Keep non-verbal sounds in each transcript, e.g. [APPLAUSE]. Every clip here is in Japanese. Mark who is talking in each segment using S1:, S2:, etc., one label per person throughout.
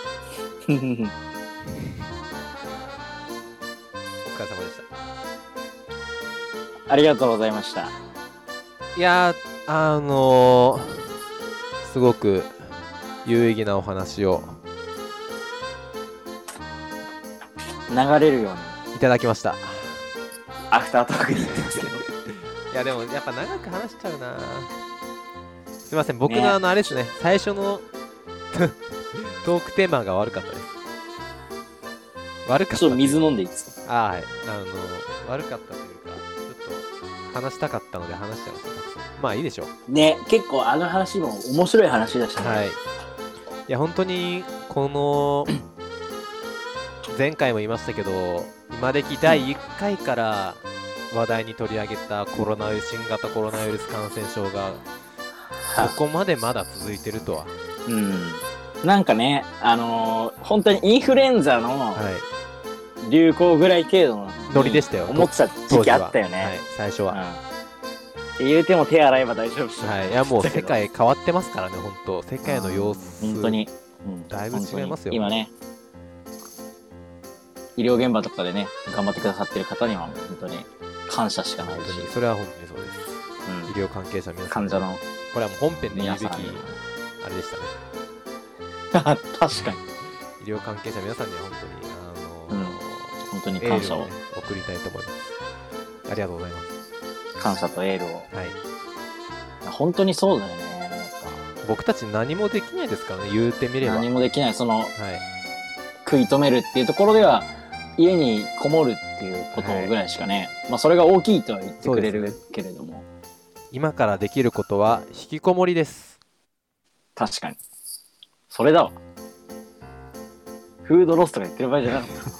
S1: お疲れ
S2: 様でした
S1: [LAUGHS] ありがとうございました
S2: いやあのーすごく有意義なお話を
S1: 流れるように
S2: いただきました
S1: アフタートークに行ってます
S2: [LAUGHS]
S1: けど
S2: いやでもやっぱ長く話しちゃうなすいません僕のあのあれですね最初の [LAUGHS] トークテーマが悪かったです悪かった
S1: ちょっと水飲んでいいですか
S2: あはいあの悪かったというかちょっと話したかったので話しちゃいましたたくさんまあいいでしょう
S1: ね結構あの話も面白い話だしたね、
S2: はい。いや、本当に、
S1: [CLEARS THROAT]
S2: この、前回も言いましたけど、今歴第1回から話題に取り上げたコロナウイルス、新型コロナウイルス感染症が、
S1: は
S2: ここまでまだ続いてるとは。
S1: うんなんかねあのー本当にインフルエンザの
S2: はい。
S1: 流行ぐらい程度の
S2: ノリでしたよ。
S1: 思ってた時期あったよ
S2: はい
S1: ね、、
S2: 最初は。
S1: うんって言うても手洗えば大丈夫そう
S2: はい。いや、もう
S1: だけ
S2: 世
S1: ど
S2: 界変わってますからね、本当世界の様子。
S1: 本当。に、うん
S2: だいぶ違いますよ
S1: 本当に今ね医療現場とかでね頑張ってくださってる方には本当に感謝しかない
S2: 本
S1: し
S2: 当、に、それは本当にそうです。
S1: うん
S2: 医療関係者皆さん、
S1: 患者の
S2: これはもう本編で言う
S1: 皆
S2: べき、
S1: さんに
S2: あれでしたね。
S1: [LAUGHS] 確かに
S2: 医療関係者皆さんには本当に、あのー
S1: 本当に
S2: エー
S1: 感
S2: ル
S1: 謝
S2: を
S1: を
S2: ね、送りたいと思います。ありがとうございます。
S1: 感謝とエールを
S2: はい、
S1: 本当にそうだよねなんか
S2: 僕たち何もできないですからね、言うてみれば。は
S1: 何
S2: い、
S1: もできないその食い止めるっていうところでは家にこもるっていうことぐらいしかね、まあそれが大きいとは言ってくれ
S2: そうで
S1: る
S2: す
S1: けれども、
S2: 今からできることは引きこもりです。
S1: 確かにそれだわフードロスとか言ってる場合じゃなかった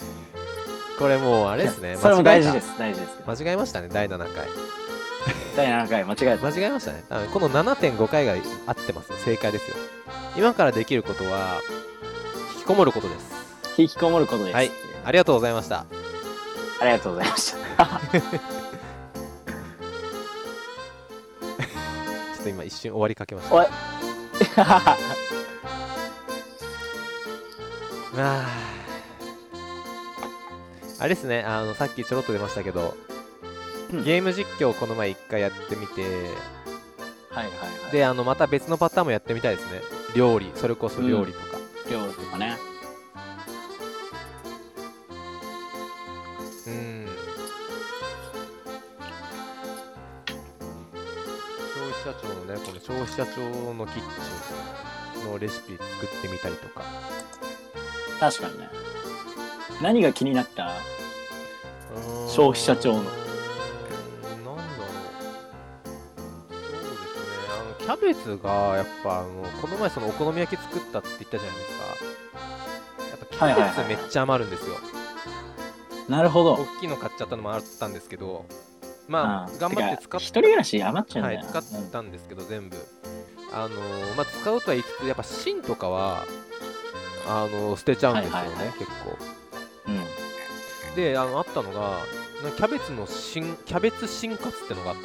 S2: これもうあれですね。
S1: [LAUGHS] それも大事
S2: 間違
S1: で
S2: え
S1: す大事です
S2: た。間違えましたね、第7回。
S1: 第7回間違えた
S2: 間違えましたね。あのこの7.5回が合ってますよ。正解ですよ。今からできることは、引きこもることです。
S1: 引きこもることです、
S2: はいありがとうございました。
S1: ありがとうございました
S2: ちょっと今一瞬終わりかけました。
S1: お
S2: [LAUGHS]
S1: い
S2: まあ、あれですね、あの、さっきちょろっと出ましたけど、
S1: うん
S2: ゲーム実況をこの前一回やってみて、
S1: はいはいはい
S2: で、あの、また別のパターンもやってみたいですね。料理、それこそ料理とか。
S1: 料理とかね
S2: うん。消費者庁のね、この消費者庁のキッチンのレシピ作ってみたりとか。
S1: 確かにね何が気になった消費者庁の
S2: うーんなんだろうそうですねあのキャベツがやっぱあのこの前そのお好み焼き作ったって言ったじゃないですかやっぱキ
S1: はいはいはい
S2: ャベツめっちゃ余るんですよ、
S1: なるほど
S2: 大きいの買っちゃったのもあったんですけどまあ、
S1: うん
S2: 頑張って
S1: て
S2: 使
S1: か
S2: っ
S1: 一人暮らし余っちゃうん
S2: は
S1: だよ
S2: い、
S1: な、
S2: 使ったんですけど、全部。あのーまあ、使うとは言いつつ、やっぱ芯とかは、あのー捨てちゃうんですよね、
S1: はいはいはい
S2: 結構。
S1: うん、
S2: であのあったのがなんかキャベツの新キャベツ新活ってのがあって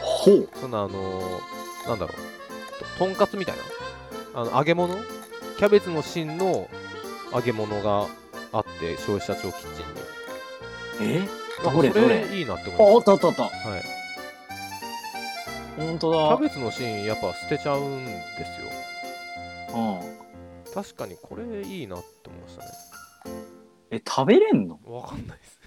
S1: ほう
S2: そのあのーなんだろうととんかつみたいなあの揚げ物キャベツの芯の揚げ物があって消費者庁キッチンに
S1: え
S2: なん
S1: どれ
S2: かそ
S1: どれ
S2: れいいなって思
S1: お
S2: い
S1: っ
S2: ま
S1: とっとっと
S2: した、はい、
S1: 本
S2: キ
S1: 当
S2: ャ
S1: だ
S2: ベツの芯やっぱ捨てちゃうんです
S1: うん
S2: よ確かにこれいいなって思いましたね
S1: え食べれんの [LAUGHS]
S2: わかんないです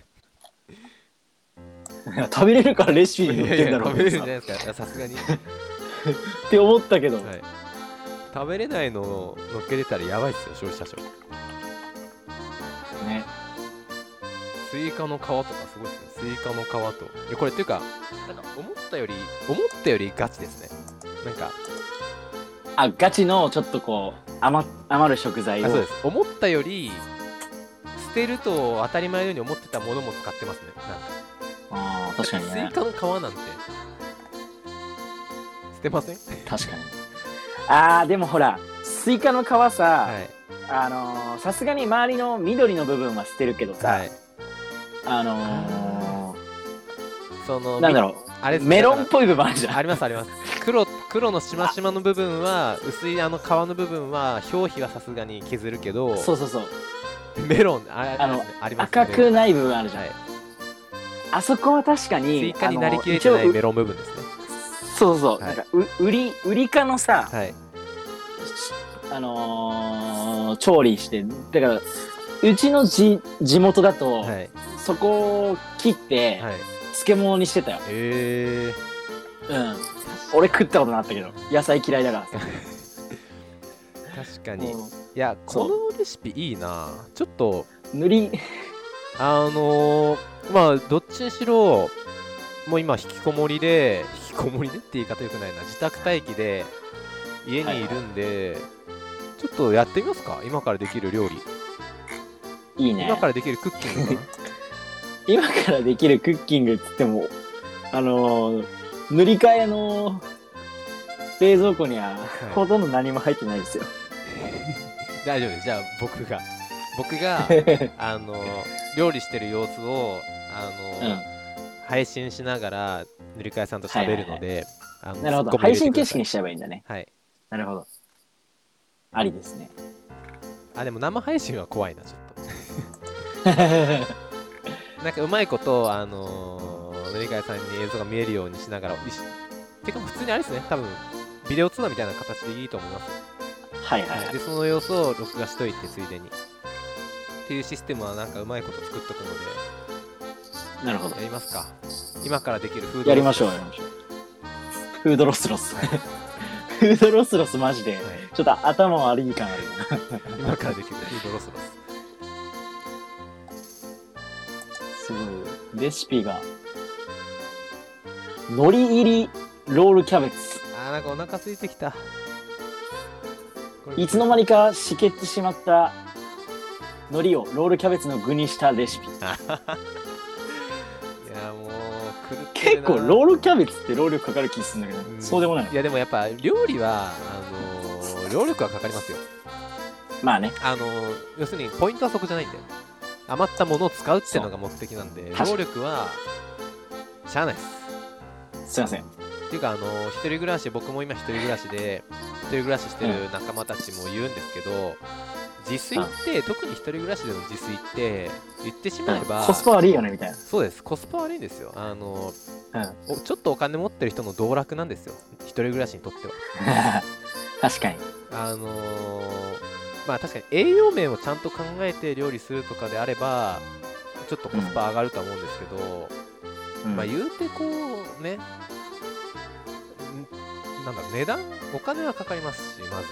S1: 食べれるからレシピに載ってんだろう
S2: 食べれるんじゃないですかいやさすがに、はい、
S1: って思ったけど、
S2: 食べれないのを乗っけてたらやばいっすよ消費者庁
S1: ね
S2: スイカの皮とかすごいですねスイカの皮といやこれっていうかなんか思ったより思ったよりガチですねなんか
S1: あガチのちょっとこう余余る食材
S2: あそう
S1: を
S2: です思ったより捨てると当たり前のように思ってたものも使ってますねなんか
S1: ああ確かに
S2: スイ
S1: ね
S2: カの皮なんて捨てません
S1: 確かにああでもほらスイカの皮さ、
S2: はい
S1: あのーさすがに周りの緑の部分は捨てるけどさ、
S2: はい
S1: あの
S2: その
S1: ー、なんだ
S2: ろ
S1: ろ
S2: あれ
S1: うメロンっぽい部分あるじゃん
S2: ありますあります黒黒のしましまの部分は薄いあの皮の部分は表皮はさすがに削るけど
S1: そうそうそう
S2: メロンあ
S1: あの
S2: あります
S1: 赤く
S2: い
S1: ない部分あるじゃん、
S2: はい
S1: あそこは確か
S2: スイ
S1: に
S2: カになりきれ
S1: あ
S2: て
S1: の
S2: ない
S1: 一応
S2: メロン部分ですね
S1: そうそう、
S2: はい
S1: なんかう売り売り科のさ、
S2: はい
S1: あのー調理してだからうちのじ地元だと、
S2: はい
S1: そこを切って、
S2: はい
S1: 漬物にしてたよ、
S2: えー
S1: うん、俺食ったことなかったけど野菜嫌いだからさ
S2: 確かにい
S1: も
S2: や
S1: そ
S2: こ
S1: う
S2: のレシピいいなちょっと
S1: う塗り
S2: あのーまあどっちにしろもう今引きこもりで引きこもりでって言い方よくないな自宅待機で家にいるんで、ちょっとやってみますか今からできる料理、
S1: いいね
S2: 今からできるクッキングか
S1: 今からできるクッキングっつってもあのー塗り替えの冷蔵庫には
S2: はい [LAUGHS]
S1: ほとんど何も入ってないですよ、
S2: な大丈夫ですじゃあ僕が僕 [LAUGHS] があのー料理してる様子をあのー配信しながら塗り替えさんと喋るので、あ
S1: う
S2: の
S1: ん、なるほ
S2: ツ
S1: ど
S2: ッコミ
S1: 配
S2: 入
S1: 信
S2: れてく
S1: 形
S2: ださ
S1: 式
S2: い
S1: にしちゃえばいいんだね
S2: はい
S1: なるほどありです
S2: [LAUGHS]
S1: ね
S2: あでも生配信は怖いなちょっとなんかうまいこと、あのー、塗り替えさんに映像が見えるようにしながら、いしてか普通にあれですね、多分ビデオ通話みたいな形でいいと思います。
S1: はいはい、はい
S2: で、、その様子を録画しといて、ついでに。っていうシステムはなんかうまいこと作っとくの
S1: なるほど
S2: で、やりますか。今からできるフード
S1: やりましょう
S2: は
S1: や
S2: い
S1: りましょうフードロスロスフードロスロスマジでちょっと頭悪い感ある
S2: 今からできるフードロスロス。
S1: すごいレシピが海苔入りロールキャベツ
S2: あー、なんかお腹空いてきた。これ
S1: いつの間にか湿気ってしまった海苔をロールキャベツの具にしたレシピ
S2: いや、もう、くるってる
S1: 結
S2: な
S1: 構ロールキャベツって労力かかる気するんだけど、
S2: うん
S1: そうでもない
S2: いやでもやっぱ料理はあのー労力はかかりますよ
S1: まあね
S2: あのー要するにポイントはそこじゃないんだよ余ったものを使うっていうのが目的なんで
S1: 確かに
S2: 労力はしゃあないです
S1: すいません
S2: っていうかあのー一人暮らし僕も今一人暮らしで一人暮らししてる仲間たちも言うんですけど自炊って特に一人暮らしでの自炊って言ってしまえば
S1: コスパ悪いよねみたいな
S2: そうですコスパ悪いんですよあのーおちょっとお金持ってる人の道楽なんですよ一人暮らしにとっては
S1: [LAUGHS] 確かに
S2: あのーまあ確かに栄養面をちゃんと考えて料理するとかであればちょっとコスパ上がるとは思うんですけど、
S1: うん
S2: まあ言うてこうねんなんだろう値段お金はかかりますしまず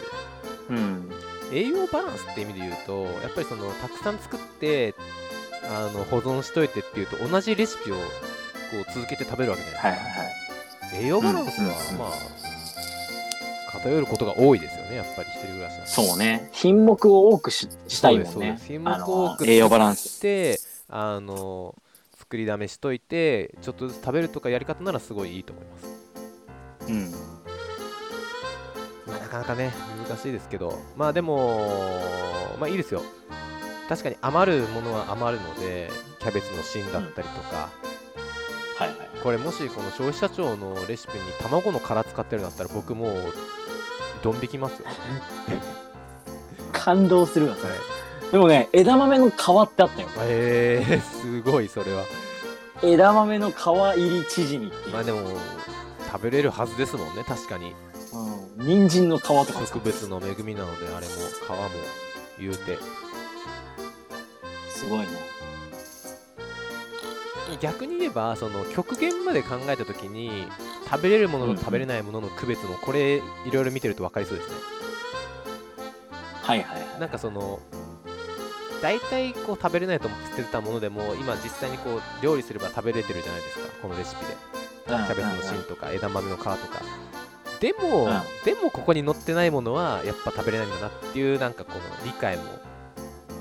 S1: うん
S2: 栄養バランスって意味で言うとやっぱりそのたくさん作ってあの保存しといてっていうと同じレシピをこう続けて食べるわけじゃない
S1: はいはい
S2: ですか、
S1: はい
S2: 栄養バランス
S1: うんうんうん
S2: はまあ偏ることが多いですよねやっぱり一人暮らしだと
S1: そうね品目を多くししたいもん
S2: そうで
S1: ね
S2: すそうです品目を多
S1: あ
S2: く
S1: の栄養バランス
S2: であの作りだめしといてちょっとずつ食べるとかやり方ならすごいいいと思います、
S1: うん
S2: まあなかなかね難しいですけどまあでもまあいいですよ確かに余るものは余るのでキャベツの芯だったりとか、
S1: はいはい
S2: これもしこの消費者庁のレシピに卵の殻使ってるんだったら僕もうドン引きますよ、
S1: 感動するわそれでもね枝豆の皮ってあったよ
S2: えー、すごいそれは
S1: 枝豆の皮入り縮みっていう、
S2: まあでも食べれるはずですもんね確かに
S1: うん、人参の皮とか
S2: 植物の恵みなのであれも皮も言うて
S1: すごいな
S2: 逆に言えばその極限まで考えた時に食べれるものと食べれないものの区別もこれいろいろ見てると分かりそうですね
S1: はいはいはい
S2: なんかその大体こう食べれないと思ってたものでも今実際にこう料理すれば食べれてるじゃないですかこのレシピで
S1: キ
S2: キャベツの芯とか枝豆の皮とかでも、
S1: うん
S2: でもここに載ってないものはやっぱ食べれないんだなっていうなんかこの理解も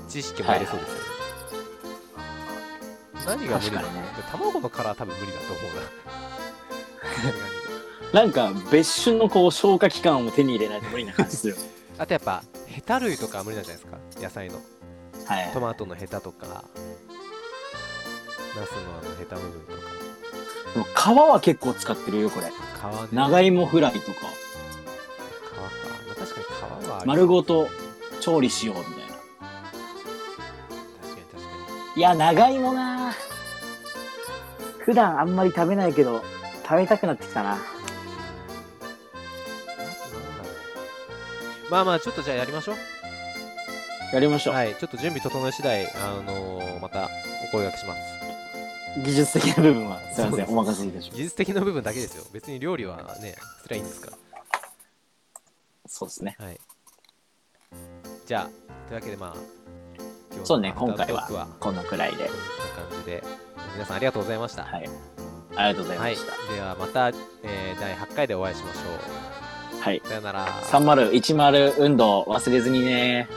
S2: 知識も得れそうですよね、何が無理
S1: 確か
S2: だろう
S1: にね
S2: 卵の殻は多分無理だと思うなさすがに
S1: なんか別種のこう消化器官を手に入れないと無理な感じす
S2: [LAUGHS]
S1: るよ [LAUGHS]
S2: あとやっぱヘタ類とかは無理なんじゃないですか野菜の
S1: はい
S2: トマトのヘタとかナスのあのヘタ部分とか
S1: でも皮は結構使ってるよこれ
S2: 皮ね
S1: 長芋フライとか
S2: まあ
S1: 丸ごと調理しようみたいな。
S2: 確かに確か
S1: いや、長芋な普段あんまり食べないけど、食べたくなってきたな。
S2: になんだろうまあまあちょっとじゃあやりましょう
S1: やりましょう。
S2: はい、ちょっと準備整い次第、あのーまたお声掛けします。
S1: 技術的な部分は、すいま
S2: そう
S1: せ
S2: で
S1: ん、
S2: す
S1: お任せいたします。
S2: 技術的な部分だけですよ。別に料理はね、辛いんですか
S1: そうですね。
S2: ら。はい。じゃあ、というわけでまあ、今
S1: そうね、
S2: ア
S1: 今
S2: フター
S1: 回
S2: トーク
S1: はこのくらいで
S2: こ。んな感じで、皆さんありがとうございました。
S1: はい。ありがとうございま
S2: はい
S1: した。
S2: ではまた、えー第8回でお会いしましょ
S1: はい。
S2: う。さよなら。
S1: 3010運動忘れずにね。